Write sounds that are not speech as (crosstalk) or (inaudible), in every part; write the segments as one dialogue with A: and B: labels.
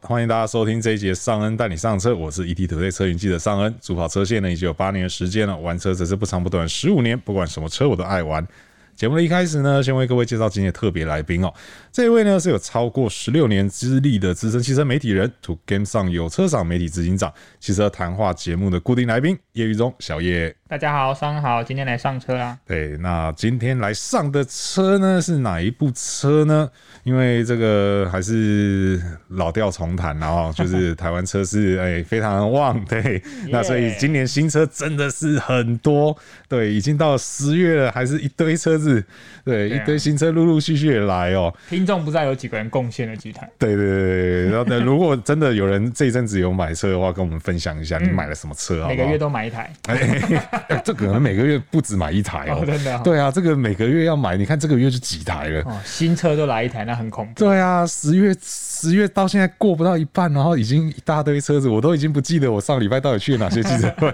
A: 欢迎大家收听这一节尚恩带你上车，我是 E ET 土 y 车云记者尚恩。主跑车线呢已经有八年的时间了，玩车则是不长不短十五年，不管什么车我都爱玩。节目的一开始呢，先为各位介绍今天的特别来宾哦。这一位呢是有超过十六年资历的资深汽车媒体人，To Game 上有车赏媒体执行长，汽车谈话节目的固定来宾叶玉忠小叶。
B: 大家好，上好，今天来上车啊啦。
A: 对，那今天来上的车呢是哪一部车呢？因为这个还是老调重弹然后就是台湾车市哎、非常旺，对那所以今年新车真的是很多，对，已经到十月了，还是一堆车子，对，
B: 对啊
A: 一堆新车陆陆续续地来哦、
B: 听众不知道有几个人贡献了几台，
A: 对对对对，对然后呢，如果真的有人这一阵子有买车的话，跟我们分享一下你买了什么车，好
B: 每
A: 不
B: 个
A: 好
B: 月？都买
A: (laughs)
B: 一台。
A: 哎这可能每个月不止买一台哦、
B: 哦真的哦
A: 对啊，这个每个月要买，你看这个月就几台了。
B: 哦，新车都来一台，那很恐怖。
A: 对啊，十月十月到现在过不到一半，然后已经一大堆车子，我都已经不记得我上礼拜到底去了哪些记者会，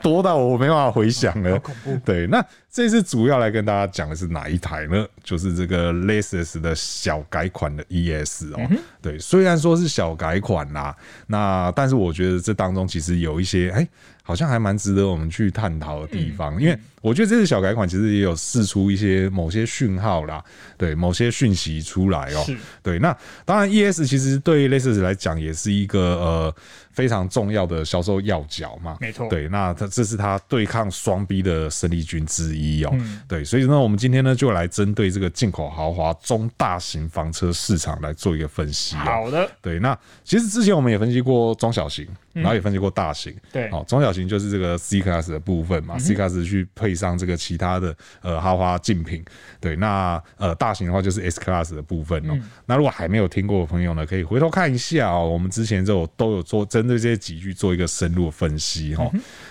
A: 多到我没办法回想了。对，那这次主要来跟大家讲的是哪一台呢？就是这个 Lexus 的小改款的 ES
B: 嗯
A: 哦、对，虽然说是小改款啦，那但是我觉得这当中其实有一些哎。好像还蛮值得我们去探讨的地方，
B: 嗯
A: 因为我觉得这次小改款其实也有试出一些某些讯号啦，对某些讯息出来哦、
B: 是
A: 对，那当然，ES 其实对 Lexus 来讲也是一个呃非常重要的销售要角嘛，
B: 没错
A: 对，那它这是它对抗双 B 的生力军之一哦、对，所以呢，我们今天呢就来针对这个进口豪华中大型房车市场来做一个分析、哦。
B: 好的，
A: 对，那其实之前我们也分析过中小型，然后也分析过大型。
B: 对
A: 好、中小型就是这个 C class 的部分嘛、c class 去配上这个其他的呃豪华竞品。对，那呃大型的话就是 S class 的部分哦、那如果还没有听过的朋友呢，可以回头看一下哦。我们之前就有都有做针对这些几句做一个深入的分析哦。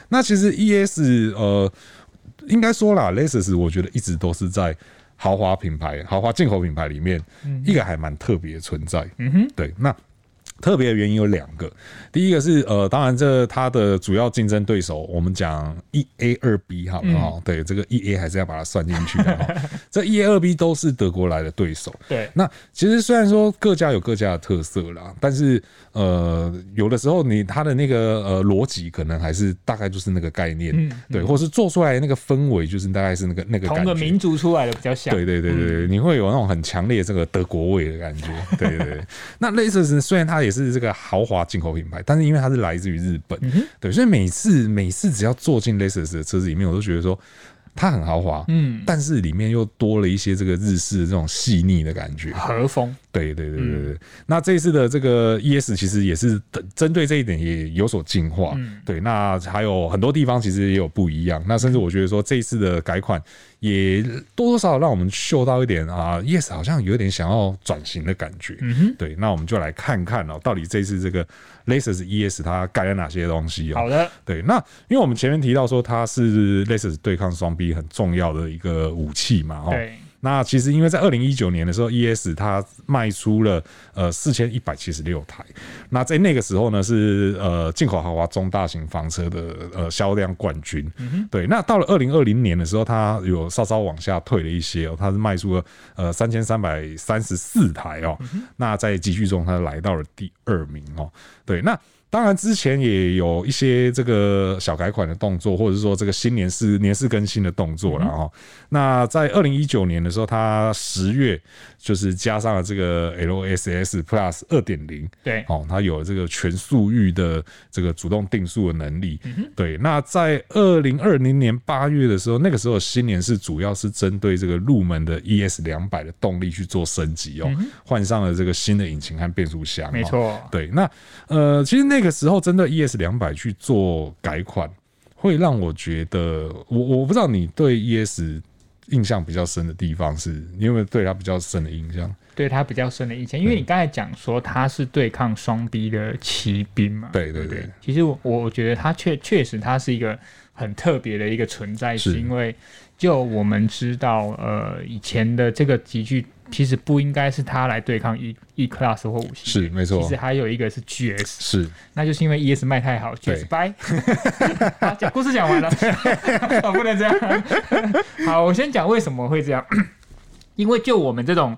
A: 那其实 ES 呃。应该说啦，Lexus 我觉得一直都是在豪华品牌、豪华进口品牌里面、一个还蛮特别的存在。嗯哼，对，那。特别的原因有两个，第一个是呃，当然这它的主要竞争对手，我们讲一 A 二 B 好了哈、哦对，这个一 A 还是要把它算进去的哈。 (laughs) 这一 A 二 B 都是德国来的对手，
B: 对，
A: 那其实虽然说各家有各家的特色啦，但是呃，有的时候你它的那个呃逻辑可能还是大概就是那个概念，对，或是做出来的那个氛围就是大概是那个那个
B: 嗯同
A: 感
B: 个嗯
A: 觉。
B: 民族出来的比较像。
A: 对对对对，对你会有那种很强烈的这个德国味的感
B: (laughs)
A: 觉。对对对，那 Lexus 虽然它也是这个豪华进口品牌，但是因为它是来自于日本，
B: 嗯
A: 对，所以每次每次只要坐进 Lexus 的车子里面，我都觉得说。它很豪华，嗯，但是里面又多了一些这个日式的这种细腻的感觉，
B: 和风
A: 对对
B: 嗯
A: 对对对，那这一次的这个 ES 其实也是针对这一点也有所进化，
B: 嗯
A: 对，那还有很多地方其实也有不一样，那甚至我觉得说这一次的改款也多多少少让我们嗅到一点啊，ES 好像有点想要转型的感觉，
B: 嗯
A: 对，那我们就来看看哦，到底这次这个 Lexus ES 它改了哪些东西哦
B: 好。的，
A: 对，那因为我们前面提到说它是 Lexus 对抗双 B 很重要的一个武器嘛，哦，
B: 对，
A: 那其实因为在二零一九年的时候，ES 它卖出了呃四千一百七十六台，那在那个时候呢是呃进口豪华中大型房车的呃销量冠军。对，那到了二零二零年的时候，它有稍稍往下退了一些哦，它是卖出了呃三千三百三十四台哦，那在集聚中它来到了第二名哦。对，那。当然，之前也有一些这个小改款的动作，或者是说这个新年式年式更新的动作了哦。那在二零一九年的时候，它十月就是加上了这个 LSS Plus 二点零，
B: 对
A: 哦，它有这个全速域的这个主动定速的能力。对，那在二零二零年八月的时候，那个时候新年是主要是针对这个入门的 ES 两百的动力去做升级哦，换上了这个新的引擎和变速箱、哦。
B: 没错
A: 对，那呃，其实那个时候针对 ES 两百去做改款，会让我觉得，我我不知道你对 ES 印象比较深的地方是，你有没有对它比较深的印象？
B: 对它比较深的印象，因为你刚才讲说它是对抗双 B 的骑兵嘛。
A: 对对
B: 不
A: 对。
B: 其实我我觉得它确确实它是一个很特别的一个存在，
A: 是
B: 是因为就我们知道，呃，以前的这个集聚其实不应该是它来对抗 E E Class 或五系列，
A: 是没错
B: 其实还有一个是 GS，
A: 是，
B: 那就是因为 ES 卖太好
A: 对
B: ，GS 掰。 (laughs) 好，讲故事
A: (laughs)
B: 讲完了，我不 (laughs) (clears throat) 能这样。好，我先讲为什么会这样，因为就我们这种。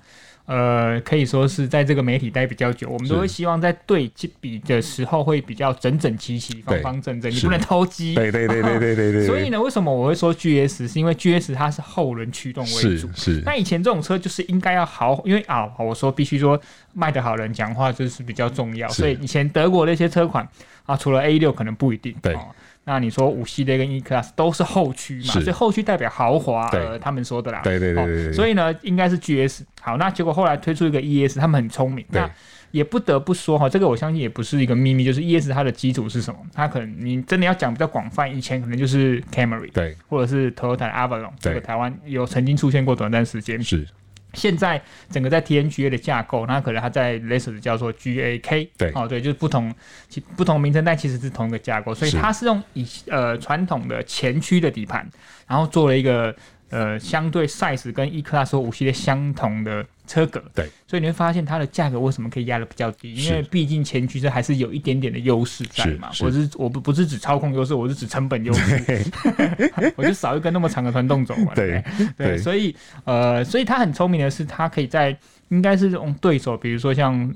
B: 呃，可以说是在这个媒体待比较久，我们都会
A: 是
B: 希望在对比的时候会比较整整齐齐、方
A: 对
B: 方正正，你
A: 是
B: 不能偷鸡。
A: 对对对对对对对，
B: 所以呢，为什么我会说 GS？是因为 GS 它是后轮驱动为
A: 是
B: 主。
A: 是
B: 那以前这种车就是应该要好，因为啊，我说必须说卖得好人讲话就是比较重要，
A: 是
B: 所以以前德国那些车款啊，除了 A 六可能不一定。
A: 对
B: 哦那你说五系列跟 E Class 都是后驱嘛，
A: 是
B: 所以后驱代表豪华，
A: 对
B: 呃，他们说的啦。
A: 对对对对对
B: 所以呢，应该是 GS。好，那结果后来推出一个 E ES，他们很聪明。
A: 对
B: 那也不得不说哈，哦这个我相信也不是一个秘密，就是 ES 它的基础是什么？它可能你真的要讲比较广泛，以前可能就是 Camry，
A: 对
B: 或者是 Toyota Avalon，这个
A: 对
B: 台湾有曾经出现过短暂时间。
A: 是，
B: 现在整个在 TNGA 的架构，那可能它在 Lexus 叫做 GAK，
A: 对
B: 哦对，就是不同其不同名称，但其实是同一个架构，所以
A: 是
B: 它是用以呃传统的前驱的底盘，然后做了一个呃相对 size 跟 E Class 或五系列相同的车格，
A: 对，
B: 所以你会发现它的价格为什么可以压得比较低，因为
A: 是
B: 毕竟前驱车还是有一点点的优势在
A: 是
B: 嘛，
A: 是
B: 我是我不不是指操控优势，我是指成本优势， (laughs) 我就少一根那么长的传动轴嘛，
A: 对
B: 对，
A: 对
B: 所以呃，所以他很聪明的是，他可以在应该是用对手，比如说像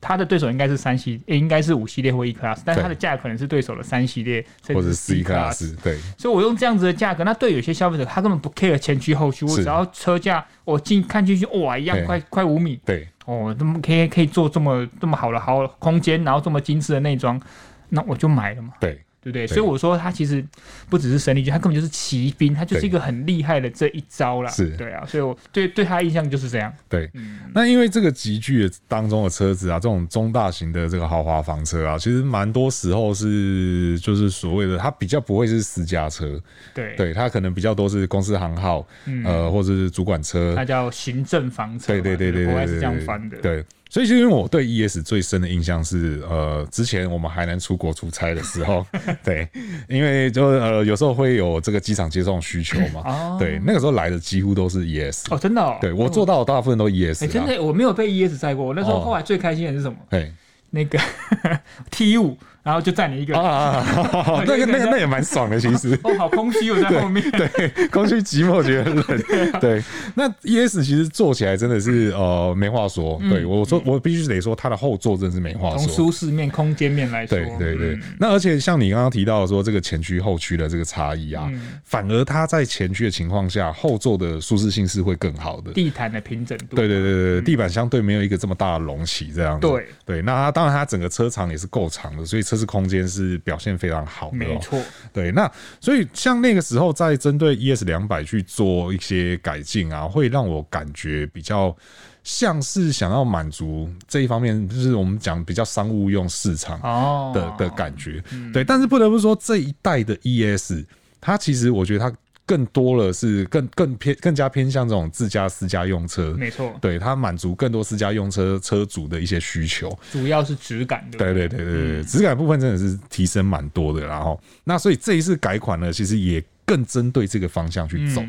B: 他的对手应该是三系，诶应该是五系列或 E class，但
A: 对
B: 他的价格可能是对手的三系列甚
A: 或者
B: 至
A: C class 对
B: 所以我用这样子的价格，那对有些消费者他根本不 care 前驱后驱，我
A: 是
B: 只要车价我进看进去，哇，一样
A: 对
B: 快快五米
A: 对
B: 哦，那么可以可以做这么这么好的好空间，然后这么精致的内装，那我就买了嘛。
A: 对
B: 对不对？所以我说他其实不只是神力军，他根本就是骑兵，他就是一个很厉害的这一招啦。
A: 是
B: 对啊，所以我对对他的印象就是这样。
A: 对。
B: 嗯
A: 那因为这个集聚当中的车子啊，这种中大型的这个豪华房车啊，其实蛮多时候是就是所谓的它比较不会是私家车，
B: 对，
A: 对它可能比较多是公司行号，呃，或者是主管车，
B: 他叫行政房车嘛，
A: 对对对
B: 就
A: 对
B: 是国
A: 对
B: 外
A: 对，
B: 是这样翻的。
A: 对，所以其实我对 ES 最深的印象是，呃，之前我们海南出国出差的时候，对，因为就呃有时候会有这个机场接送需求嘛，
B: 哦
A: 对，那个时候来的几乎都是 ES，、
B: 哦，真的哦。
A: 对我做到的大部分都
B: 哎，
A: ES
B: 真
A: 啦，
B: 的，我没有被 ES 载过。我那时候
A: 哦
B: 后来最开心的是什么？
A: 哎、
B: 那个 (laughs) T 五，然后就载你一个
A: 啊，
B: 人。
A: 啊啊啊那个那个那也蛮爽的，其实。
B: (laughs) 哦，好空虚，我在后面。
A: (laughs) 空虚寂寞，觉得
B: 啊
A: 冷。对，那 ES 其实做起来真的是呃没话说。
B: 嗯
A: 对我说，我必须得说，它的后座真的是没话
B: (laughs) 从
A: 说。
B: 舒适面、空间面来说，
A: 对对对，
B: 嗯
A: 那而且像你刚刚提到说这个前驱后驱的这个差异啊，
B: 嗯
A: 反而它在前驱的情况下，后座的舒适性是会更好的。
B: 地毯的平整度。
A: 对对对对，地板相对没有一个这么大的隆起，这样子。
B: 对
A: 对，那它当然它整个车长也是够长的，所以车子空间是表现非常好的、哦。
B: 没错。
A: 对，那所以像那个时候在针对 ES 两百去做一些改进啊，会让我感觉比较像是想要满足这一方面，就是我们讲比较商务用市场
B: 哦嗯
A: 的的感觉。对，但是不得不说这一代的 ES，它其实我觉得它更多了是更更偏更加偏向这种自家私家用车。
B: 没错，
A: 对它满足更多私家用车车主的一些需求，
B: 主要是质感，对嗯不
A: 对对对对对，质感部分真的是提升蛮多的啦齁，然后那所以这一次改款呢，其实也更针对这个方向
B: 嗯
A: 去走，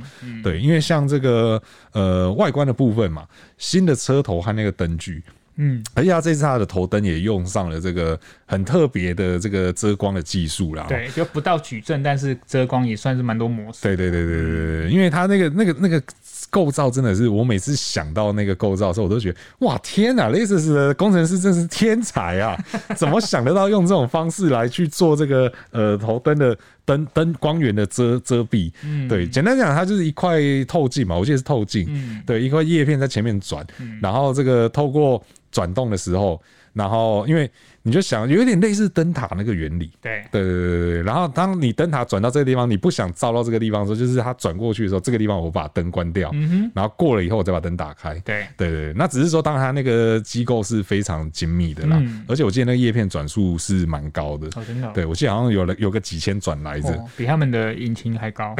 A: 对，因为像这个呃外观的部分嘛，新的车头和那个灯具。
B: 嗯，
A: 而且它这次它的头灯也用上了这个很特别的这个遮光的技术啦。齁
B: 对，就不到矩阵，但是遮光也算是蛮多模式。
A: 对对对对对对，因为它那个那个那个构造真的是，我每次想到那个构造的时候，我都觉得哇天哪，雷斯的工程师真是天才啊！怎么想得到用这种方式来去做这个呃头灯的灯灯光源的遮遮蔽？对，简单讲，它就是一块透镜嘛，我记得是透镜，
B: 嗯
A: 对，一块叶片在前面转，然后这个透过转动的时候，然后因为你就想有一点类似灯塔那个原理，
B: 对，
A: 对对对对对，然后当你灯塔转到这个地方，你不想照到这个地方的时候，就是它转过去的时候，这个地方我把灯关掉，
B: 嗯
A: 然后过了以后我再把灯打开。
B: 对
A: 对对，那只是说，当然它那个机构是非常精密的啦，
B: 嗯
A: 而且我记得那个叶片转速是蛮高的，
B: 哦，真的哦、
A: 对我记得好像有了有个几千转来着，
B: 哦，比他们的引擎
A: (laughs)
B: 还高。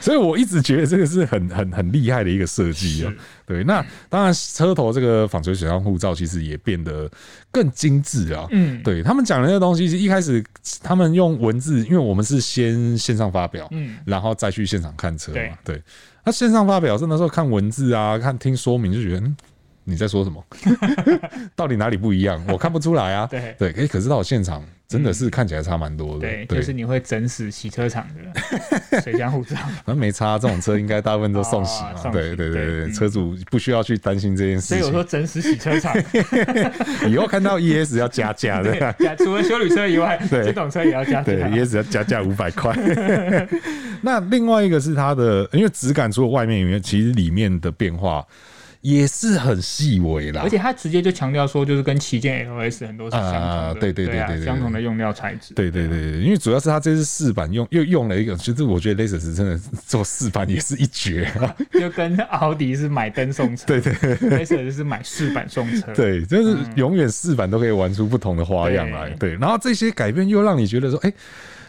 A: 所以我一直觉得这个是很很很厉害的一个设计啊
B: 是。
A: 对，那当然车头这个纺锤水上护罩其实也变得更精致啊。
B: 嗯
A: 对他们讲的那个东西，是一开始他们用文字，因为我们是先线上发表，
B: 嗯，
A: 然后再去现场看车
B: 对
A: 嘛。对，那线上发表是那时候看文字啊，看听说明就觉得。嗯 (laughs) 你在说什么？到底哪里不一样？我看不出来啊。
B: 对嗯
A: 对，诶可是到现场，真的是看起来差蛮多的。
B: 对，
A: 对，
B: 就是你会整死洗车场
A: (laughs)
B: 的水箱护照。
A: 反正没差，这种车应该大部分都送洗
B: 哦
A: 嘛。
B: 送洗
A: 对对对
B: 对
A: 对，
B: 嗯
A: 车主不需要去担心这件
B: 所
A: 事
B: 以我说
A: 情。
B: 整死洗
A: (laughs)
B: 车场，
A: 以后看到 ES 要加价
B: 对
A: 的，，
B: 除了修理车以外，
A: 对
B: 这种车也要
A: (laughs)
B: 加价。
A: 对，ES 要加价五百块。 (laughs) 那另外一个是它的，因为质感除了外面以外，其实里面的变化也是很细微啦
B: 而。且他直接就强调说，就是跟旗舰 LS 很多是相同的，
A: 啊对对对
B: 啊
A: 对对对
B: 相同的用料材质。
A: 对对对对，因为主要是它这次试版用又用了一个，其实我觉得 Lexus 真的做试版也是一绝啊。
B: (laughs) 就跟奥迪是买灯送车，对对 l e x u 是买饰板送车，
A: 对，就是
B: 嗯
A: 永远试版都可以玩出不同的花样来。对，然后这些改变又让你觉得说，哎、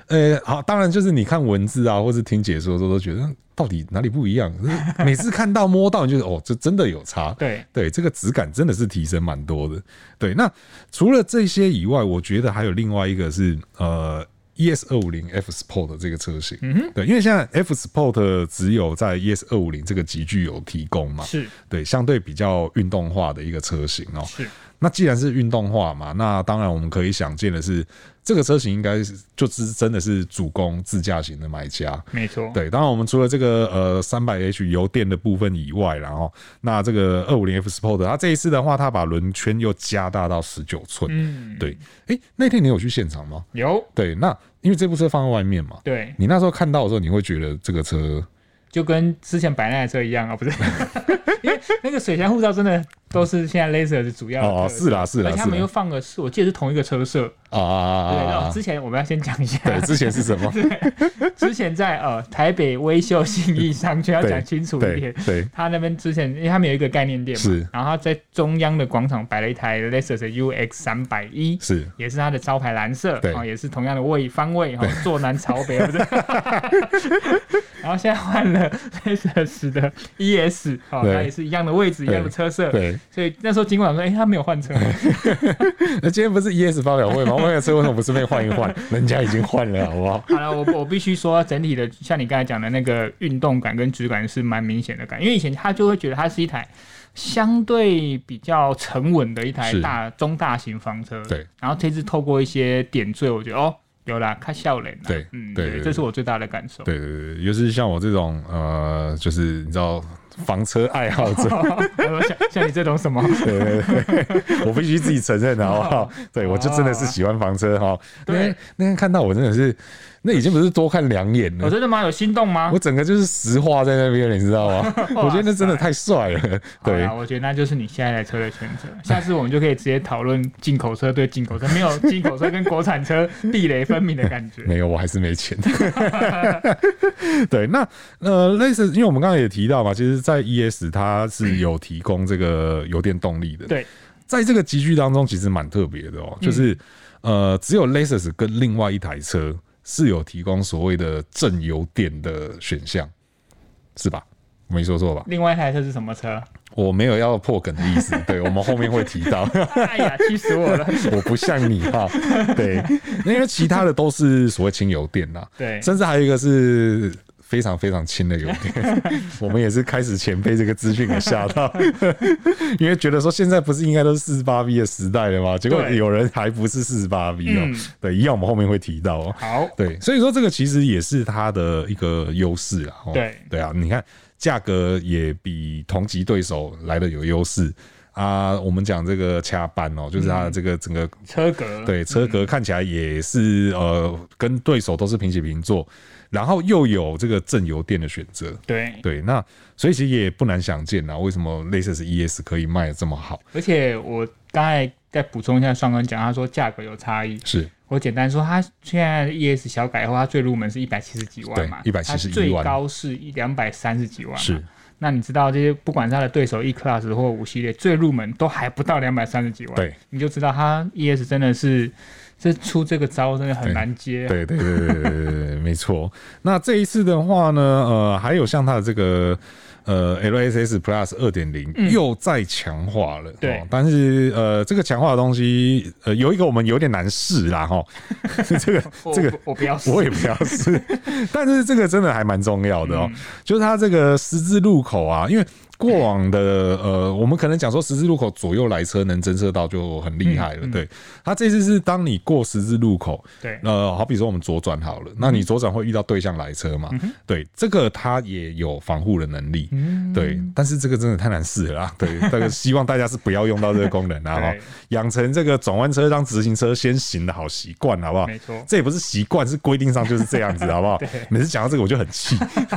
A: 呃，好，当然就是你看文字啊，或是听解说的时候都觉得嗯到底哪里不一样。可是每次看到摸到，你就是哦，这真的有差。
B: 对
A: 对，这个质感真的是提升蛮多的。对，那除了这些以外，我觉得还有另外一个是呃。ES 二五零 F Sport 的这个车型，嗯、对，因为现在 F Sport 只有在 ES 二五零这个集具有提供嘛，
B: 是
A: 对，相对比较运动化的一个车型哦、
B: 是，
A: 那既然是运动化嘛，那当然我们可以想见的是，这个车型应该是就是真的是主攻自驾型的买家。
B: 没错，
A: 对，当然我们除了这个呃三百 H 油电的部分以外，然后那这个二五零 F Sport，它这一次的话，它把轮圈又加大到十九寸。
B: 嗯，
A: 对，诶，那天你有去现场吗？
B: 有
A: 对，那因为这部车放在外面嘛，
B: 对，
A: 你那时候看到的时候，你会觉得这个车
B: 就跟之前摆那台车一样啊，不是， (laughs) 因为那个水箱护照真的都是现在 Laser 的主要的
A: 哦，
B: 特色
A: 是啦是
B: 而
A: 啦
B: 且他
A: 是
B: 们又
A: 啦
B: 放的是，我记得是同一个车色。
A: 啊啊啊
B: 对，
A: 啊
B: 然
A: 啊
B: 后！之前我们要先讲一下，
A: 对，之前是
B: (laughs)
A: 什么？
B: 之前在呃台北微秀信义商圈要
A: 对
B: 讲清楚一
A: 对
B: 点，
A: 对
B: 他那边之前，因为他们有一个概念店嘛，
A: 是
B: 然后他在中央的广场摆了一台 Lexus 的 UX 三百一，
A: 是，
B: 也是它的招牌蓝色，
A: 对
B: 哦，也是同样的位方位，哦，坐南朝北，
A: (laughs)
B: 不是？然后现在换了 Lexus 的 ES，哦，
A: 对
B: 它也是一样的位置，一
A: 对
B: 样的车色，
A: 对。
B: 所以那时候经过想说，哎、它没有
A: (laughs)
B: 换车，
A: 那今天不是 ES 发表会吗？外面的车为什么不顺便换一
B: (laughs)
A: 换？人家已经换了，好不好？
B: 好了，我我必须说，整体的像你刚才讲的那个运动感跟质感是蛮明显的感，因为以前他就会觉得它是一台相对比较沉稳的一台
A: 是
B: 大中大型房车，
A: 对。
B: 然后这次透过一些点缀，我觉得哦，有啦，看笑脸啦，
A: 对
B: 嗯，
A: 对对
B: 对，
A: 对
B: 这是我最大的感受。
A: 对对对，尤其是像我这种呃，就是你知道房车爱好者，
B: 我 (laughs) 像像你这种什么，
A: (laughs) 对对对对，我必须自己承认的好不
B: (laughs)
A: 好？对我就真的是喜欢房车哈。那天那天看到我真的是，那已经不是多看两眼
B: 我
A: 了。
B: 哦真的吗？有心动吗
A: 我？整个就是石化在那边了，你知道吗？我觉得那真的太帅了，
B: 好
A: 对
B: 啦，，我觉得那就是你下一台车的选择。下次我们就可以直接讨论进口车对进口车，没有进口车跟国产车壁垒分明的感觉。
A: (laughs) 没有，我还是没钱。对，那呃，类似，因为我们刚刚也提到嘛，其实，在 ES 它是有提供这个油电动力的。
B: 对，
A: 在这个集聚当中，其实蛮特别的哦，就是、呃，只有 Lexus 跟另外一台车是有提供所谓的正油电的选项，是吧？我没说错吧？
B: 另外一台车是什么车？
A: 我没有要破梗的 (laughs) 意思，对我们后面会提 (laughs) 到。
B: 哎呀，气死我了！
A: 我不像你哈，对，那因为其他的都是所谓轻油电啊啦，
B: 对
A: 甚至还有一个是非常非常轻的油电，
B: (laughs)
A: 我们也是开始前被这个资讯给吓到，因为觉得说现在不是应该都是四十八 V 的时代了吗？结果
B: 对
A: 有人还不是四十八 V 哦
B: 嗯，
A: 对，一样我们后面会提到哦，
B: 好，
A: 对，所以说这个其实也是它的一个优势啊。哦
B: 对
A: 对啊，你看价格也比同级对手来的有优势啊。我们讲这个掐班哦，就是
B: 嗯
A: 它的这个整个、
B: 车格，
A: 对车格看起来也是呃跟对手都是平起平坐，然后又有这个正油电的选择。
B: 对，
A: 对，那所以其实也不难想见啊，为什么类似是 ES 可以卖的这么好？
B: 而且我刚才再补充一下，双哥讲，他说价格有差异。
A: 是
B: 我简单说，它现在 ES 小改后，它最入门是一百七十几万嘛，
A: 对171
B: 它最高是一两百三十几万嘛。
A: 是，
B: 那你知道这些，不管是它的对手 E Class 或五系列，最入门都还不到两百三十几万，
A: 对，
B: 你就知道它 ES 真的是这出这个招真的很难接啊。
A: 对对对对对对对，没错。那这一次的话呢，呃，还有像它的这个呃 LSS Plus 二点零又再强化了，
B: 对
A: 哦但是呃，这个强化的东西，呃，有一个我们有点难试啦，哈，这个
B: 我
A: 这个
B: 我我不要试，
A: 我也不要
B: (laughs) 嗯
A: 试，但是这个真的还蛮重要的哦，就是它这个十字路口啊，因为过往的呃，我们可能讲说十字路口左右来车能侦测到就很厉害了。
B: 嗯
A: 对，它这次是当你过十字路口，
B: 对
A: 呃，好比说我们左转好了，
B: 嗯
A: 那你左转会遇到对向来车嘛？对，这个它也有防护的能力。
B: 嗯
A: 对，但是这个真的太难试
B: (laughs)
A: 了啦。对，这个希望大家是不要用到这个功能啊，哈
B: 对，
A: 养成这个转弯车让直行车先行的好习惯，好不好？
B: 没错 (laughs)
A: 这也不是习惯，是规定上就是这样子，好不好
B: 对？
A: 每次讲到这个我就很气。 (laughs)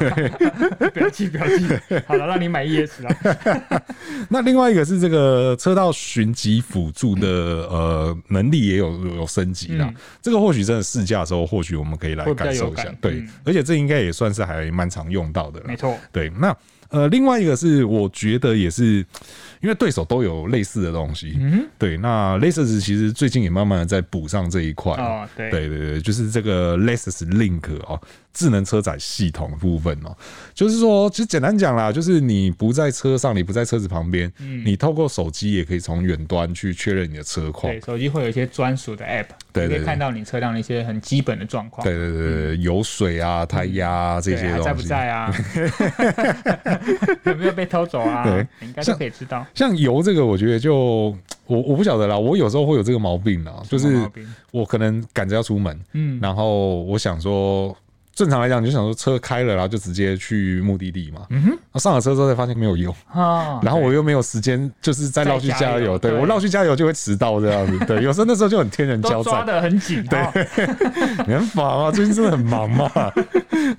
B: 不要气，不要气。 (laughs) 好了，让你买 E ES
A: (laughs)
B: 了。
A: 那另外一个是这个车道巡级辅助的呃能力也有有升级啦，
B: 嗯
A: 这个或许真的试驾的时候，或许我们可以来
B: 会比较
A: 感受
B: 有
A: 一下
B: 感。
A: 对，
B: 嗯
A: 而且这应该也算是还蛮常用到的啦
B: 没。错，
A: 对，那呃，另外一个是我觉得也是，因为对手都有类似的东西，嗯，对。那 Lexus 其实最近也慢慢的在补上这一块
B: 哦对
A: 对对对，就是这个 Lexus Link 哦，智能车载系统的部分哦，就是说，其实简单讲啦，就是你不在车上，你不在车子旁边，
B: 嗯
A: 你透过手机也可以从远端去确认你的车况
B: 对，。手机会有一些专属的 App，
A: 对对
B: 你可
A: 对
B: 以看到你车辆的一些很基本的状况。
A: 对对对对，油水啊、胎压啊这
B: 嗯对，
A: 些
B: 还
A: 东西，
B: 在不
A: (laughs)
B: 在啊？有没有被偷走啊
A: 对？
B: 你应该都可以知道。
A: 像油这个，我觉得就我我不晓得啦，我有时候会有这个毛病啦，就
B: 什么
A: 是
B: 毛病
A: 我可能赶着要出门，嗯，然后我想说，正常来讲，你就想说车开了，然后就直接去目的地嘛，嗯哼，上了车之后才发现没有油，
B: 啊，
A: 然后我又没有时间，就是再绕去
B: 再加
A: 加油，
B: 油
A: 对
B: 对
A: 我绕去加油就会迟到这样子，对，有时候那时候就很天人交
B: 都抓
A: 战，
B: 得很紧。哦对，
A: 你很忙啊，最近真的很忙
B: (laughs)
A: 嘛。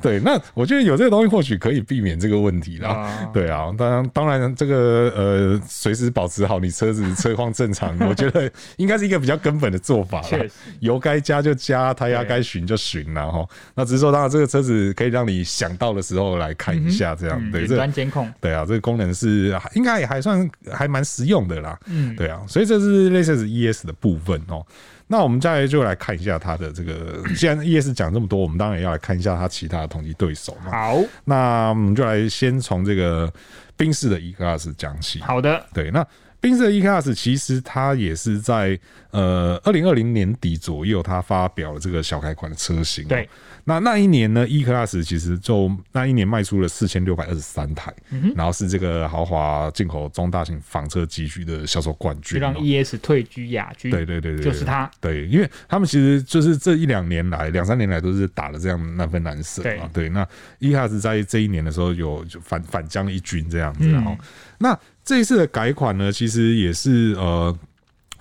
A: 对，那我觉得有这个东西或许可以避免这个问题啦
B: 啊。
A: 对啊，当然当然这个呃，随时保持好你车子 (laughs) 车况正常，我觉得应该是一个比较根本的做法啦
B: 确实。
A: 油该加就加，胎压
B: 对
A: 该巡就巡啦。哈。那只是说，当然这个车子可以让你想到的时候来看一下，这样、
B: 嗯
A: 对
B: 远
A: 这
B: 端监控。
A: 对啊，这个功能是应该也还算还蛮实用的啦。嗯，对啊，所以这是类似是 ES 的部分哦。那我们再来就来看一下它的这个， (clears throat) 既然 ES 讲这么多，我们当然也要来看一下它其他的统计对手嘛。
B: 好
A: 那我们就来先从这个宾士的 E Class 讲起。
B: 好的，
A: 对，那宾士的 E Class 其实它也是在呃二零二零年底左右，它发表了这个小改款的车型、哦
B: 对，
A: 那那一年呢，E Class 其实就那一年卖出了四千六百二十三台、
B: 嗯
A: 然后是这个豪华进口中大型房车集聚的销售冠
B: 就
A: 军、
B: 让
A: 哦。
B: ES 退居亚军。
A: 对对对对，
B: 就是它。
A: 对，因为他们其实就是这一两年来，两三年来都是打了这样难分难舍嘛。对，那伊卡斯在这一年的时候有就反反将一军这样子，
B: 嗯
A: 然后、那这一次的改款呢，其实也是呃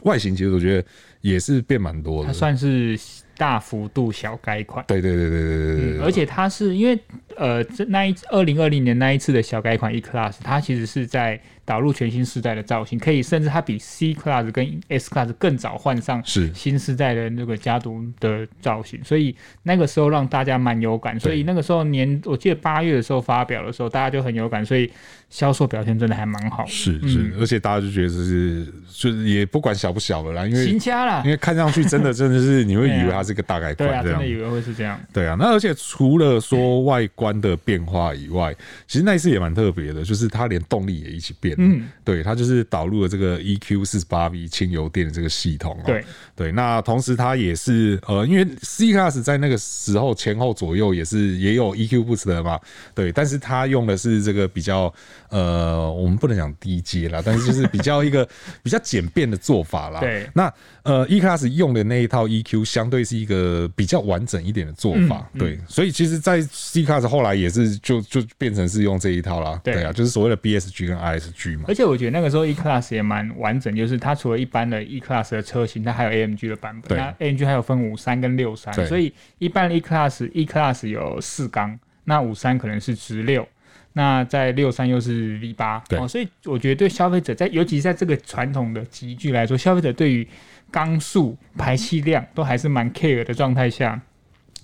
A: 外形，其实我觉得也是变蛮多
B: 它
A: 的。
B: 算是大幅度小改款。
A: 对对对对对对对
B: 嗯而且它是因为呃，这那一二零二零年那一次的小改款 E Class，它其实是在导入全新世代的造型，可以甚至它比 C Class 跟 S Class 更早换上
A: 是
B: 新世代的那个家族的造型，所以那个时候让大家蛮有感。所以那个时候年，我记得八月的时候发表的时候，大家就很有感，所以销售表现真的还蛮好。
A: 是是，而且大家就觉得就是就是也不管小不小了啦，因
B: 新
A: 为
B: 家啦
A: 因，为看上去真的真的是你会以为
B: 啊对啊
A: 它是个大改
B: 对
A: 款
B: 啊，
A: 这
B: 真
A: 样
B: 的以为会是这样。
A: 对啊，那而且除了说外观的变化以外，其实那一次也蛮特别的，就是它连动力也一起变。嗯，对，它就是导入了这个 EQ 四十八 V 轻油电的这个系统、哦。
B: 对
A: 对，那同时它也是呃，因为 C Class 在那个时候前后左右也是也有 EQ Boost 的嘛，对，但是它用的是这个比较呃，我们不能讲低阶啦，但是就是比较一个比较简便的做法啦。
B: 对
A: 那呃，E Class 用的那一套 EQ 相对是一个比较完整一点的做法，
B: 嗯
A: 对，所以其实，在 C Class 后来也是就就变成是用这一套啦，
B: 对
A: 啊，就是所谓的 BSG 跟 ISG 嘛，
B: 而且我觉得那个时候 E Class 也蛮完整，就是它除了一般的 E Class 的车型，它还有 AMG 的版
A: 对
B: 本。那 AMG 还有分五三跟六三
A: 对，
B: 所以一般的 E Class E Class 有四缸，那五三可能是直六。那在六三又是 V 八
A: 对
B: 哦，所以我觉得对消费者在，尤其是在这个传统的集聚来说，消费者对于缸数、排气量都还是蛮 care 的状态下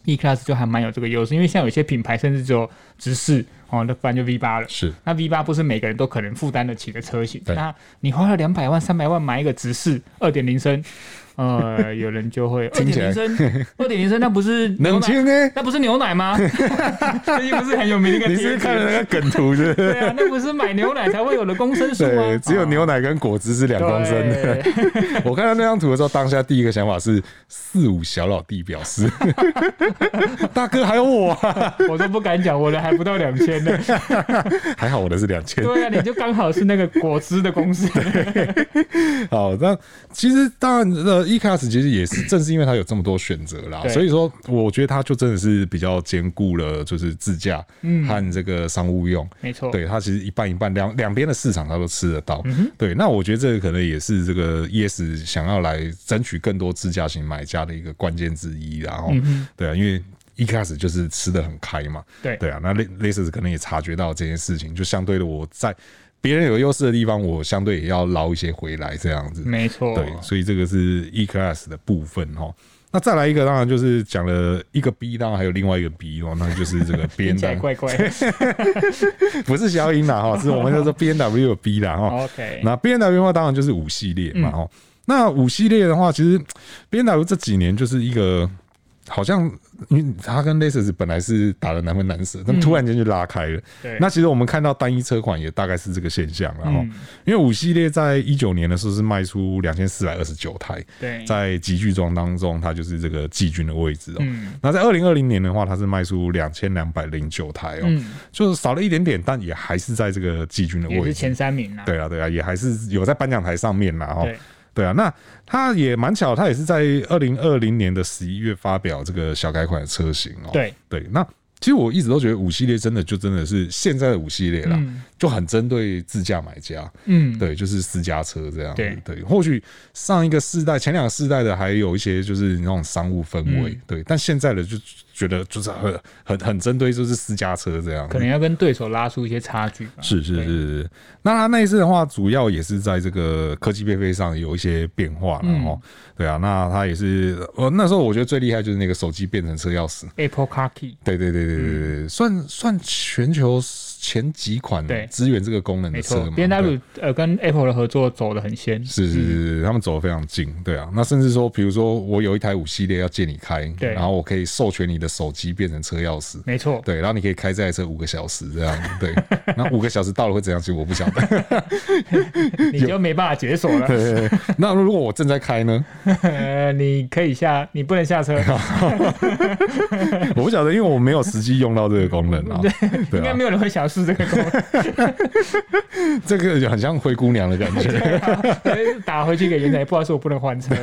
B: ，E Class 就还蛮有这个优势。因为像有些品牌甚至只有直四哦，那不然就 V 八了。
A: 是
B: 那 V 八不是每个人都可能负担得起的车型，
A: 对
B: 那你花了两百万、三百万买一个直视二点零升，
A: (laughs)
B: 呃，有人就会二
A: 听起
B: 点
A: 来
B: 零升，二点零升那不是牛
A: 冷
B: 奶，
A: 清呢、
B: 那不是牛
A: (laughs)
B: 奶吗？最近不是很有名的一个
A: 你
B: (laughs) 贴
A: 是不是
B: 纸，
A: 看了那个梗图是不是？
B: 对啊，那不是买牛奶才会有的公升数吗
A: 对，？只有牛奶跟果汁是两公升的。
B: 的，对
A: (laughs) 我看到那张图的时候，当下第一个想法是四五小 (laughs) 老弟表示，大哥还有我啊，
B: 我都不敢讲，我的还不到两千，
A: (laughs)
B: 元了。
A: 还好我的是两千。
B: 对啊，你就刚好是那个果汁的公司。 (laughs)
A: 好，那其实当然，呃，E class 其实也是正是因为它有这么多选择啦，
B: 对
A: 所以说我觉得它就真的是比较兼顾了就是自驾
B: 嗯
A: 和这个商务用。
B: 没错，嗯
A: 对它其实一半一半，两两边的市场它都吃得到。对，那我觉得这个可能也是这个 ES 想要来争取更多自驾型买家的一个关键之一啦齁。然
B: 嗯
A: 后、对啊，因为一开始就是吃的很开嘛。
B: 对
A: 对啊，那 Le- Lexus 可能也察觉到这件事情，就相对的我在别人有优势的地方，我相对也要捞一些回来这样子。
B: 没错，
A: 对，所以这个是 E class 的部分哈。那再来一个，当然就是讲了一个 B，当然还有另外一个 B 哦，那就是这
B: (laughs)
A: 个 B
B: 听
A: N
B: 起来
A: W，
B: 怪怪。
A: (laughs) 不是消音啦哈，是我们叫做 B N W 有 B 啦哦哈。
B: OK，
A: 那 B N W 的话，当然就是五系列
B: 嗯
A: 嘛哦。那五系列的话，其实 B N W 这几年就是一个好像，因为它跟 Lexus 本来是打的难分难舍，但突然间就拉开了。
B: 嗯对，嗯
A: 那其实我们看到单一车款也大概是这个现象，然后、因为五系列在一九年的时候是卖出两千四百二十九台，
B: 对，
A: 在集聚装当中它就是这个季军的位置哦。
B: 嗯
A: 那在二零二零年的话，它是卖出两千两百零九台哦，
B: 嗯，
A: 就是少了一点点，但也还是在这个季军的
B: 也
A: 位置
B: 是前。三名啦。
A: 对啊，对啊，也还是有在颁奖台上面啦，哦
B: 对，
A: 对啊，那它也蛮巧，它也是在二零二零年的十一月发表这个小改款的车型哦。
B: 对
A: 对，那其实我一直都觉得五系列真的就真的是现在的五系列啦，
B: 嗯
A: 就很针对自驾买家，
B: 嗯，
A: 对，就是私家车这样子。
B: 对
A: 对，或许上一个世代、前两个世代的还有一些就是那种商务氛围，
B: 嗯
A: 对，但现在的就觉得就是很很很针对就是私家车这样子。
B: 可能要跟对手拉出一些差距吧。
A: 嗯是是
B: 对
A: 是，是，那它那一次的话，主要也是在这个科技配备上有一些变化然
B: 嗯
A: 后、对啊，那它也是，呃，那时候我觉得最厉害就是那个手机变成车钥匙，
B: Apple Car Key，
A: 对对对对对对，对算算全球前几款
B: 嗯对
A: 支援这个功能
B: 没
A: 的
B: 错
A: 车嘛
B: ，B N
A: 对
B: W 嗯呃跟 Apple 的合作走得很先。
A: 是是是，是，他们走得非常近，对啊。那甚至说，比如说我有一台五系列要借你开，
B: 对
A: 然后我可以授权你的手机变成车钥匙，
B: 没错，
A: 对，然后你可以开这台车五个小时这样，
B: (laughs)
A: 对。那五个小时到了会怎样？其实我不晓得。
B: 你就没办法解锁了。
A: 对对对那如果我正在开呢？
B: (laughs) 呃，你可以下，你不能下车，
A: (laughs) 啊我不晓得，因为我没有实际用到这个功能啊。
B: 应
A: 对
B: 该
A: 啊
B: 没，有人会想要试这个功
A: (laughs)
B: 能
A: 这个就很像灰姑娘的感 (laughs) 觉。
B: 呃。打回去给原台，不好意思，我不能换车。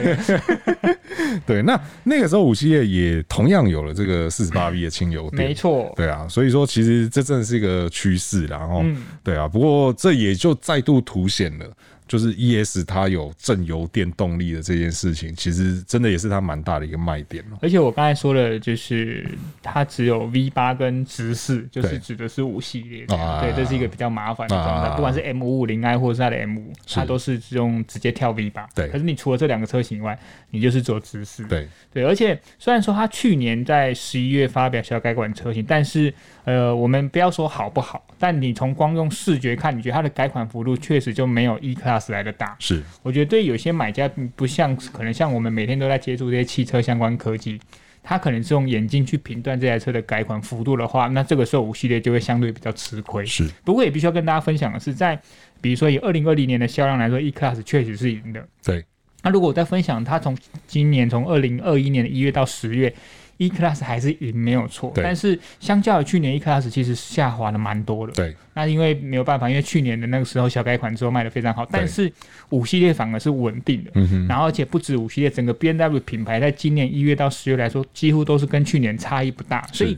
A: 对，那那个时候五系列也同样有了这个四十八 V 的轻油电，
B: 没错，
A: 对啊，所以说其实这真的是一个趋势啦，然后、
B: 嗯
A: 对啊，不过这也就再度凸显了，就是 ES 它有正油电动力的这件事情，其实真的也是它蛮大的一个卖点哦。
B: 而且我刚才说了，就是它只有 V 八跟直四，就
A: 对
B: 是指的是五系列这
A: 啊
B: 样。对，这是一个比较麻烦的状态。
A: 啊
B: 不管是 M 五五零 i 或者是它的 M 五，
A: 是
B: 它都是用直接跳 V 八。
A: 对
B: 可是你除了这两个车型以外，你就是走直四。
A: 对，
B: 对，而且虽然说它去年在十一月发表小改款车型，但是呃，我们不要说好不好，但你从光用视觉看，你觉得它的改款幅度确实就没有 E Class 来的大。
A: 是
B: 我觉得对有些买家嗯不像，可能像我们每天都在接触这些汽车相关科技，他可能是用眼睛去评断这台车的改款幅度的话，那这个时候五系列就会相对比较吃亏。
A: 是，
B: 不过也必须要跟大家分享的是，在比如说以二零二零年的销量来说，E Class 确实是赢的。
A: 对，
B: 那如果我再分享，它从今年从二零二一年的一月到十月，E Class 还是赢没有错，
A: 对
B: 但是相较于去年 E Class 其实下滑了蛮多的。
A: 对，
B: 那因为没有办法，因为去年的那个时候小改款之后卖的非常好，但是五系列反而是稳定的。
A: 嗯哼，
B: 然后，而且不止五系列，整个 B N W 品牌在今年一月到十月来说，几乎都是跟去年差异不大。所以，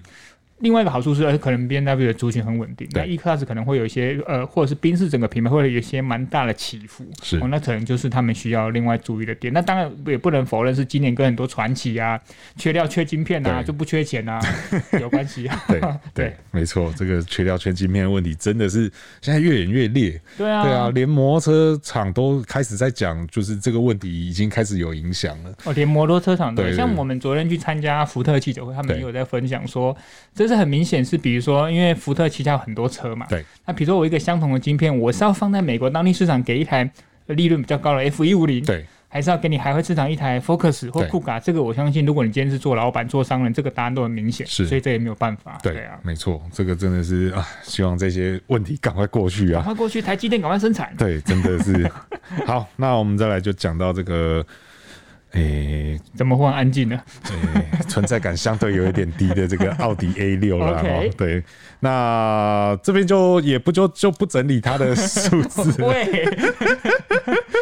B: 另外一个好处是，呃可能 B N W 的族群很稳定，
A: 对
B: 那 E Class 可能会有一些呃，或者是宾士整个品牌会有一些蛮大的起伏。
A: 是
B: 哦，那可能就是他们需要另外注意的点。那当然也不能否认是今年跟很多传奇啊、缺料、缺晶片啊，
A: 对
B: 就不缺钱
A: (laughs)
B: 啊有关系啊。
A: 对对
B: 对，
A: 没错，这个缺料圈晶片的问题真的是现在越演越烈。
B: 对啊，
A: 对啊，，连摩托车厂都开始在讲，就是这个问题已经开始有影响了。
B: 哦，连摩托车厂都有
A: 对对
B: 像我们昨天去参加福特记者会，他们
A: 对
B: 也有在分享说，这是很明显是，比如说，因为福特旗下有很多车嘛，
A: 对，
B: 那比如说我一个相同的晶片，我是要放在美国当地市场给一台利润比较高的 F 一五零，
A: 对，
B: 还是要给你海外市场一台 Focus 或
A: 对
B: 酷卡？这个我相信，如果你今天是做老板、做商人，这个答案都很明显，
A: 是
B: 所以这也没有办法，
A: 对
B: 啊，，
A: 没错，这个真的是啊，希望这些问题赶快过去啊
B: 赶。 (laughs) 快过去，台积电赶快生产，
A: 对，真的是好。那我们再来就讲到这个诶、
B: 怎么忽然安
A: (laughs)
B: 静了？
A: 诶存在感相对有一点低的这个奥迪 A 六啦。
B: (laughs) OK
A: 哦对，那这边就也不就就不整理它的数字了。
B: 喂， (laughs) 啊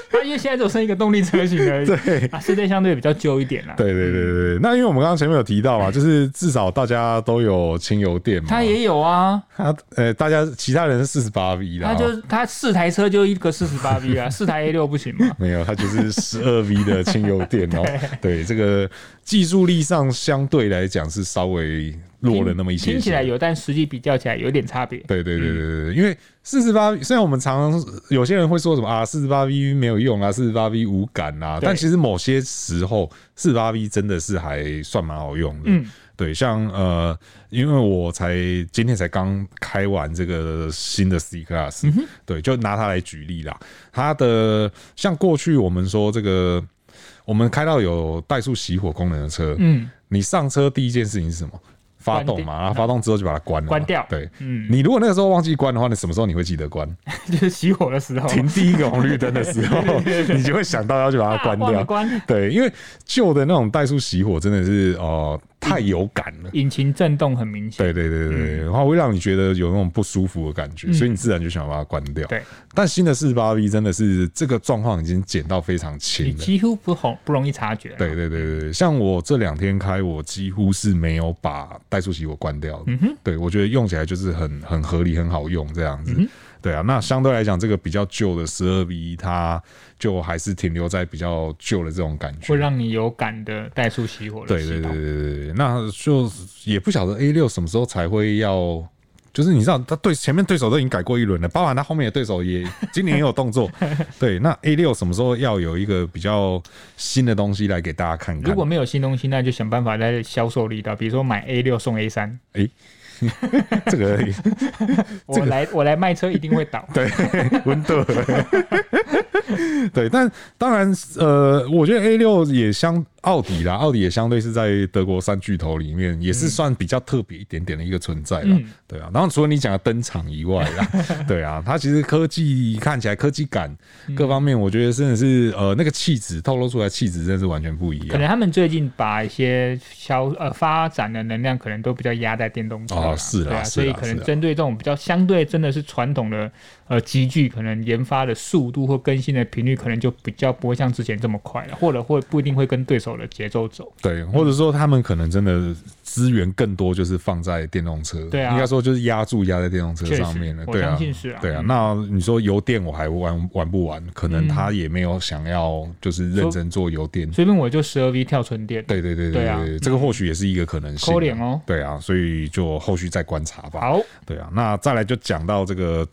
B: 它因为现在只有剩一个动力车型而已，
A: 对
B: 啊，世代相对比较旧一点啦。
A: 对对对对对，那因为我们刚刚前面有提到嘛，就是至少大家都有轻油电嘛，
B: 它嗯也有啊，
A: 他呃，大家其他人是四十八 V 啦，哦
B: 它就它四台车就一个四十八
A: (laughs)
B: V 啊，四台 A 六不行吗？
A: 没有，它就是十二 V 的轻油电
B: (laughs)
A: 哦。对，这个技术力上相对来讲是稍微弱了那么一些些
B: 听起来有，但实际比较起来有点差别。
A: 对对对对对对，因为四十八，虽然我们常常有些人会说什么啊，四十八 V 没有用啊，四十八 V 无感啊，
B: 对
A: 但其实某些时候四十八 V 真的是还算蛮好用的。
B: 嗯，
A: 对，像呃，因为我才今天才刚开完这个新的 C Class，、对，
B: 嗯
A: 就拿它来举例啦。它的像过去我们说这个，我们开到有怠速熄火功能的车，
B: 嗯，
A: 你上车第一件事情是什么？发
B: 关
A: 动
B: 电
A: 嘛，然后发动之后就把它关了嘛，
B: 关掉
A: 对，
B: 嗯哦
A: 你如果那个时候忘记关的话，你什么时候你会记得关？
B: (laughs) 就是熄火的时候，
A: 停第一个红绿灯的时
B: (laughs)
A: 候，你就会想到要去把它关
B: 啊忘
A: 掉。
B: 了关
A: 对，因为旧的那种怠速熄火真的是哦、呃
B: 嗯
A: 太有感了。
B: 引擎震动很明显。
A: 对对对对对，
B: 嗯
A: 然后会让你觉得有那种不舒服的感觉，所以你自然就想把它关掉。
B: 对，
A: 但新的四十八 V 真的是这个状况已经减到非常
B: 你
A: 轻了。
B: 几乎不红不容易察觉。啊
A: 对对对对对，像我这两天开，我几乎是没有把怠速熄火关掉的。嗯哼，对我觉得用起来就是很很合理、很好用这样子。
B: 嗯
A: 对啊，那相对来讲，这个比较旧的十二 V 它就还是停留在比较旧的这种感觉
B: 会。让你有感的怠速熄火的
A: 对
B: 系
A: 对对
B: 统。
A: 对对对，那就也不晓得 A 六什么时候才会要，就是你知道，他对前面对手都已经改过一轮了，包含他后面的对手也今年也有动
B: (laughs)
A: 作。对，那 A 六什么时候要有一个比较新的东西来给大家看看？
B: 如果没有新东西，那就想办法在销售力道，比如说买 A 六送 A 三，
A: 这个
B: 我来 (laughs) 我来卖车一定会倒。
A: 对 (laughs) 温度，对，但当然，呃，我觉得 A 六也相奥迪啦，奥迪也相对是在德国三巨头里面，也是算比较特别一点点的一个存在了。
B: 嗯
A: 对啊，然后除了你讲的登场以外啦，对啊，它其实科技看起来科技感各方面，我觉得真的是呃那个气质透露出来气质真的是完全不一
B: 可
A: 样。
B: 能他们最近把一些销呃发展的能量，可能都比较压在电动车啦
A: 哦是啦
B: 对
A: 是啦
B: 啊，所以可能针对这种比较相对真的是传统的呃集聚，可能研发的速度或更新的频率，可能就比较不会像之前这么快了，或者会不一定会跟对手的节奏走。
A: 对，或者说他们可能真的资源更多，就是放在电动车，
B: 对啊
A: 应该说就是压住压在电动车上面了，
B: 确实
A: 对
B: 我
A: 啊
B: 相信是啊，
A: 对啊。
B: 嗯
A: 那你说油电我还玩玩不玩？可能他也没
B: 嗯
A: 有想要就是认真做油电，
B: 随便我就十二 V 跳纯电。
A: 对对对
B: 对啊
A: 对，这个或许也是一个可能性
B: 抠
A: 啊，
B: 脸哦
A: 对啊，所以就后续再观察吧。
B: 好，
A: 对啊，那再来就讲到这个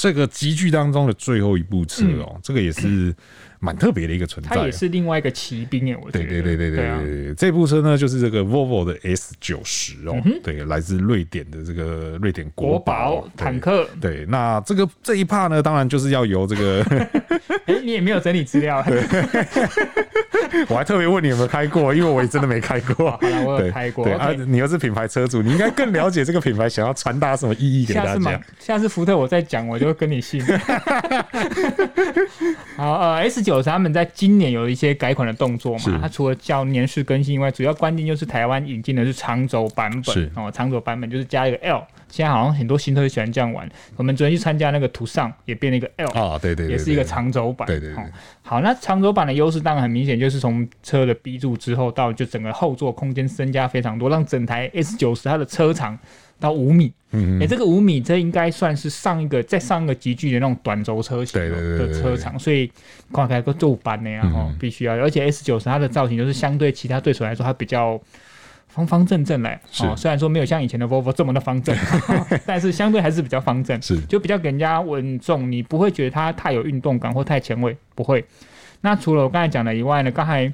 A: 这个集聚当中的最后一部车哦，这个也是蛮特别的一个存在
B: 嗯它
A: 啊
B: 也。是另外一个骑兵欸耶，我觉
A: 对
B: 得。
A: 对对对对
B: 对啊
A: 对，对这部车呢就是这个 Volvo 的 S 九十哦，对，来自瑞典的这个瑞典
B: 嗯国
A: 国宝
B: 宝
A: 对
B: 坦 (laughs) 克，
A: 对，那这个这一趴呢，当然就是要由这个， (laughs)
B: 哎、你也没有整理资料、欸，
A: 我还特别问你有没有开过，因为我也真的没开过。好
B: 啦 (laughs) 我有开过
A: 对
B: OK
A: 啊，你又是品牌车主，你应该更了解这个品牌想要传达什么意义给
B: 下
A: 大
B: 次嘛
A: 家。，
B: 下次福特我再讲，我就跟
A: (laughs)
B: 你姓。好，呃，S 九他们在今年有一些改款的动作
A: 是
B: 嘛，它除了叫年式更新以外，主要关键就是台湾引进的是长轴版
A: 是
B: 本哦，长轴版本就是加一个 L，现在好像很多新车都喜欢这样玩。我们昨天去参加那个途尚也变了一个 L，、
A: 啊，对对对，
B: 也是一个
A: 对
B: 长轴版。
A: 对对对
B: 哦好，那长轴版的优势当然很明显，就是从车的 B 柱之后到就整个后座空间增加非常多，让整台 S 九十它的车长到五米。嗯，哎、这个五米这应该算是上一个再上一个集聚的那种短轴车型
A: 对
B: 哦
A: 对对对
B: 的
A: 对嗯
B: 车长，所以跨开个皱版的呀，哦，必须要。而且 S 九十它的造型就是相对其他对手来说，它比较。方方正正来哦，
A: 是
B: 虽然说没有像以前的 Volvo 这么的方正，
A: (laughs)
B: 但是相对还是比较方正。
A: 是
B: 就比较给人家稳重，你不会觉得它太有运动感或太前卫，不会。那除了我刚才讲的以外呢，刚才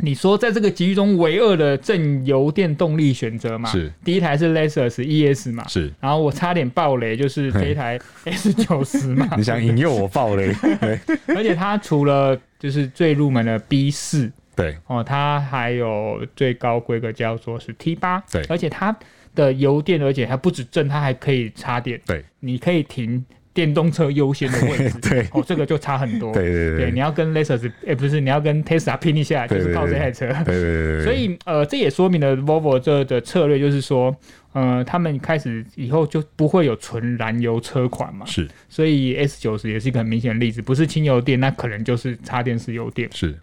B: 你说在这个集聚中唯二的正油电动力选择嘛，啊
A: 是
B: 第一台是 Lexus ES 嘛，
A: 是。
B: 然后我差点爆雷，就是这一台 (laughs) S 九十嘛，
A: (laughs) 你想引诱我爆
B: (laughs)
A: 雷？对
B: 而且它除了就是最入门的 B 四
A: 对
B: 哦，它还有最高规格叫做是 T 八，
A: 对
B: 而且它的油电，而且还不止正，它还可以插电，
A: 对，。
B: 你可以停电动车优先的位置
A: (laughs) 对
B: 哦，这个就差很多。
A: 对对对
B: 你要跟 Lexus，哎、不是，你要跟 Tesla 拼一下，就
A: 对对
B: 是靠这
A: 对
B: 台车。
A: 对对对对，
B: 所以呃，这也说明了 Volvo 这的策略就是说，呃，他们开始以后就不会有纯燃油车款嘛，
A: 是
B: 所以 S 九十也是一个很明显的例子，不是轻油电，那可能就是插电式油电。
A: 是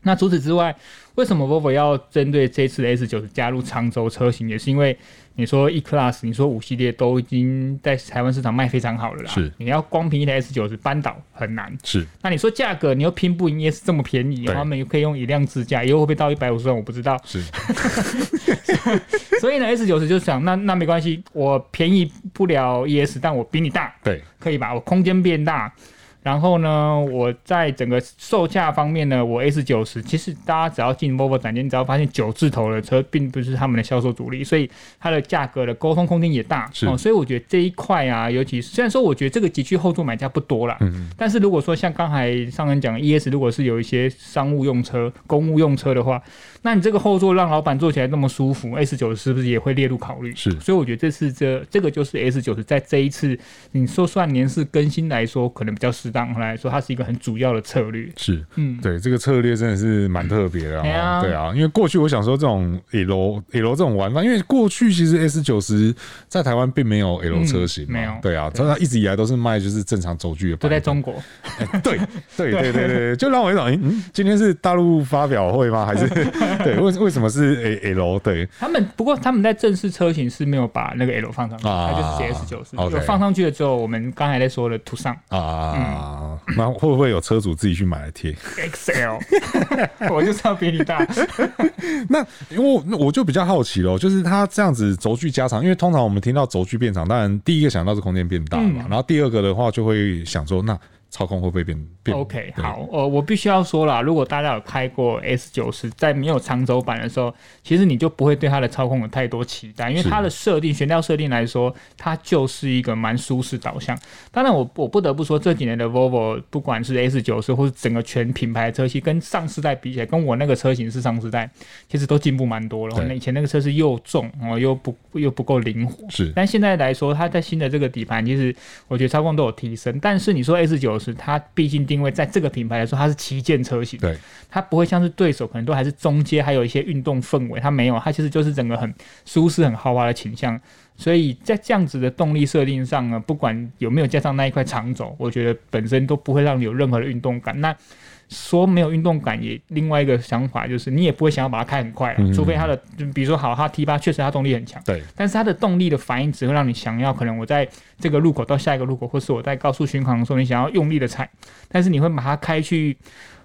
B: 那除此之外，为什么 Volvo 要针对这次的 S 九十加入长轴车型，也是因为你说 E Class，你说五系列都已经在台湾市场卖非常好了啦，
A: 是
B: 你要光凭一台 S 九十扳倒很难。
A: 是
B: 那你说价格，你又拼不赢 ES 这么便宜，
A: 对
B: 他们也可以用以量制价，以后会不会到一百五十万我不知道。
A: 是
B: 所以呢，S 九十就想，那那没关系，我便宜不了 ES，但我比你大，
A: 对
B: 可以吧？我空间变大，然后呢，我在整个售价方面呢，我 S 九十其实大家只要进 Volvo 展间，你只要发现九字头的车并不是他们的销售主力，所以它的价格的沟通空间也大。
A: 是
B: 哦，所以我觉得这一块啊，尤其虽然说我觉得这个急剧后座买家不多啦，
A: 嗯
B: 但是如果说像刚才上人讲的 ES，如果是有一些商务用车、公务用车的话，那你这个后座让老板坐起来那么舒服，S 九是不是也会列入考虑？
A: 是
B: 所以我觉得这次这这个就是 S 九十在这一次你说算年式更新来说，可能比较适当来说，它是一个很主要的策略。
A: 是，
B: 嗯，
A: 对这个策略真的是蛮特别的、
B: 哎
A: 啊，
B: 呀
A: 对啊，因为过去我想说这种 L L 这种玩法，因为过去其实 S 九十在台湾并没有 L
B: 嗯
A: 车型嘛，
B: 没有
A: 对啊，它一直以来都是卖就是正常轴距的版
B: 都
A: 本，
B: 在中国，
A: 哎
B: (laughs)
A: 对对对对对对，就让我有种，诶嗯，今天是大陆发表会吗？还
B: (laughs)
A: 是对为为什么是 A L 对
B: 他们不过他们在正式车型是没有把那个 L 放上去，
A: 啊
B: 它就是 S 九十。
A: OK
B: 有放上去了之后，我们刚才在说的途尚嗯
A: 啊？那、会不会有车主自己去买来贴？ (laughs)
B: XL，我就知道比你大。
A: 那因为我那我就比较好奇咯，就是它这样子轴距加长，因为通常我们听到轴距变长，当然第一个想到是空间变大嘛，
B: 嗯
A: 然后第二个的话就会想说，那操控会不会变变
B: OK，
A: 对
B: 好，呃，我必须要说啦，如果大家有开过 S 九十，在没有长轴版的时候，其实你就不会对它的操控有太多期待，因为
A: 是
B: 它的设定、悬吊设定来说，它就是一个蛮舒适导向。当然我，我不得不说，这几年的 Volvo，不管是 S 九十或是整个全品牌车系，跟上世代比起来，跟我那个车型是上世代，其实都进步蛮多了。
A: 对
B: 那以前那个车是又重哦，又不又不够灵活，
A: 是
B: 但现在来说，它在新的这个底盘，其实我觉得操控都有提升。但是你说 S 九十，它毕竟定位在这个品牌来说，它是旗舰车型，
A: 对
B: 它不会像是对手可能都还是中阶，还有一些运动氛围，它没有，它其实就是整个很舒适、很豪华的倾向。所以在这样子的动力设定上呢，不管有没有加上那一块长轴，我觉得本身都不会让你有任何的运动感。那说没有运动感也，另外一个想法就是，你也不会想要把它开很快啊，
A: 嗯
B: 除非它的，就比如说好，它 T 八确实它动力很强，
A: 对
B: 但是它的动力的反应只会让你想要，可能我在这个路口到下一个路口，或是我在高速巡航的时候，你想要用力的踩，但是你会把它开去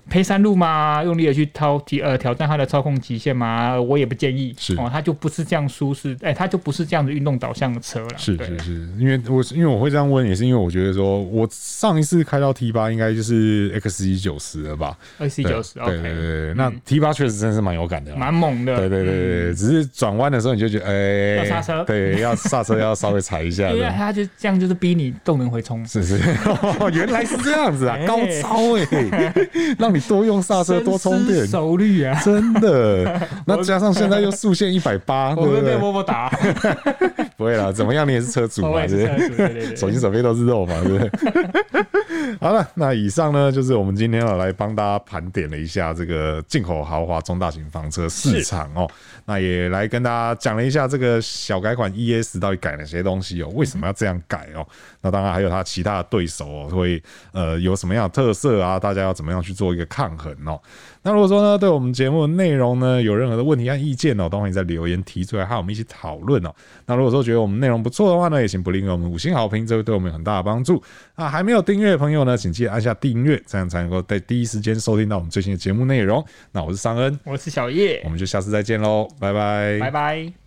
B: 陪山路吗？用力的去挑提呃挑战它的操控极限吗？我也不建议，
A: 是
B: 哦，它就不是这样舒适，哎、它就不是这样子运动导向的车了，
A: 是
B: 对
A: 是是，因为我因为我会这样问，也是因为我觉得说我上一次开到 T 八应该就是 X 一九十了吧
B: 二 C
A: 对
B: 九十
A: 对对对
B: ，OK，嗯
A: 对，那 T 八确实真的是蛮有感的啦，啊
B: 蛮猛的，
A: 对对对对对，只是转弯的时候你就觉得，哎、
B: 要刹车啊
A: 对，要刹车要稍微踩一
B: (laughs)
A: 下，
B: 因
A: 这
B: 为
A: 样
B: 它就这样，就是逼你动能回冲。
A: 是 (laughs) 是，哦原来是这样子啊，
B: 哎
A: 高招哎、让你多用刹车，多充
B: 深
A: 电
B: 思，熟虑啊！
A: 真的。那加上现在又速限一百八，
B: (laughs) 我
A: 对不
B: 会被
A: 对？
B: 波
A: (laughs)
B: 波打，哦
A: 不会啦，怎么样你也是车主
B: 我
A: 嘛，
B: 也
A: 对不
B: 是这
A: 对
B: 样？子，对对对，
A: 手心手背 (laughs) 都是肉嘛，对不对？好了，那以上呢就是我们今天要来帮大家盘点了一下这个进口豪华中大型房车市场哦。那也来跟大家讲了一下这个小改款 ES 到底改了些东西哦，为什么要这样改哦？那当然还有它其他的对手哦，会呃有什么样的特色啊？大家要怎么样去做一个抗衡哦？那如果说呢，对我们节目的内容呢有任何的问题和意见哦，都欢迎在留言提出来，和我们一起讨论哦。那如果说觉得我们内容不错的话呢，也请不吝给我们五星好评，这会对我们有很大的帮助。啊，还没有订阅的朋友呢，请记得按下订阅，这样才能够在第一时间收听到我们最新的节目内容。那我是尚恩，
B: 我是小叶
A: 我，们就下次再见喽，拜拜，
B: 拜拜。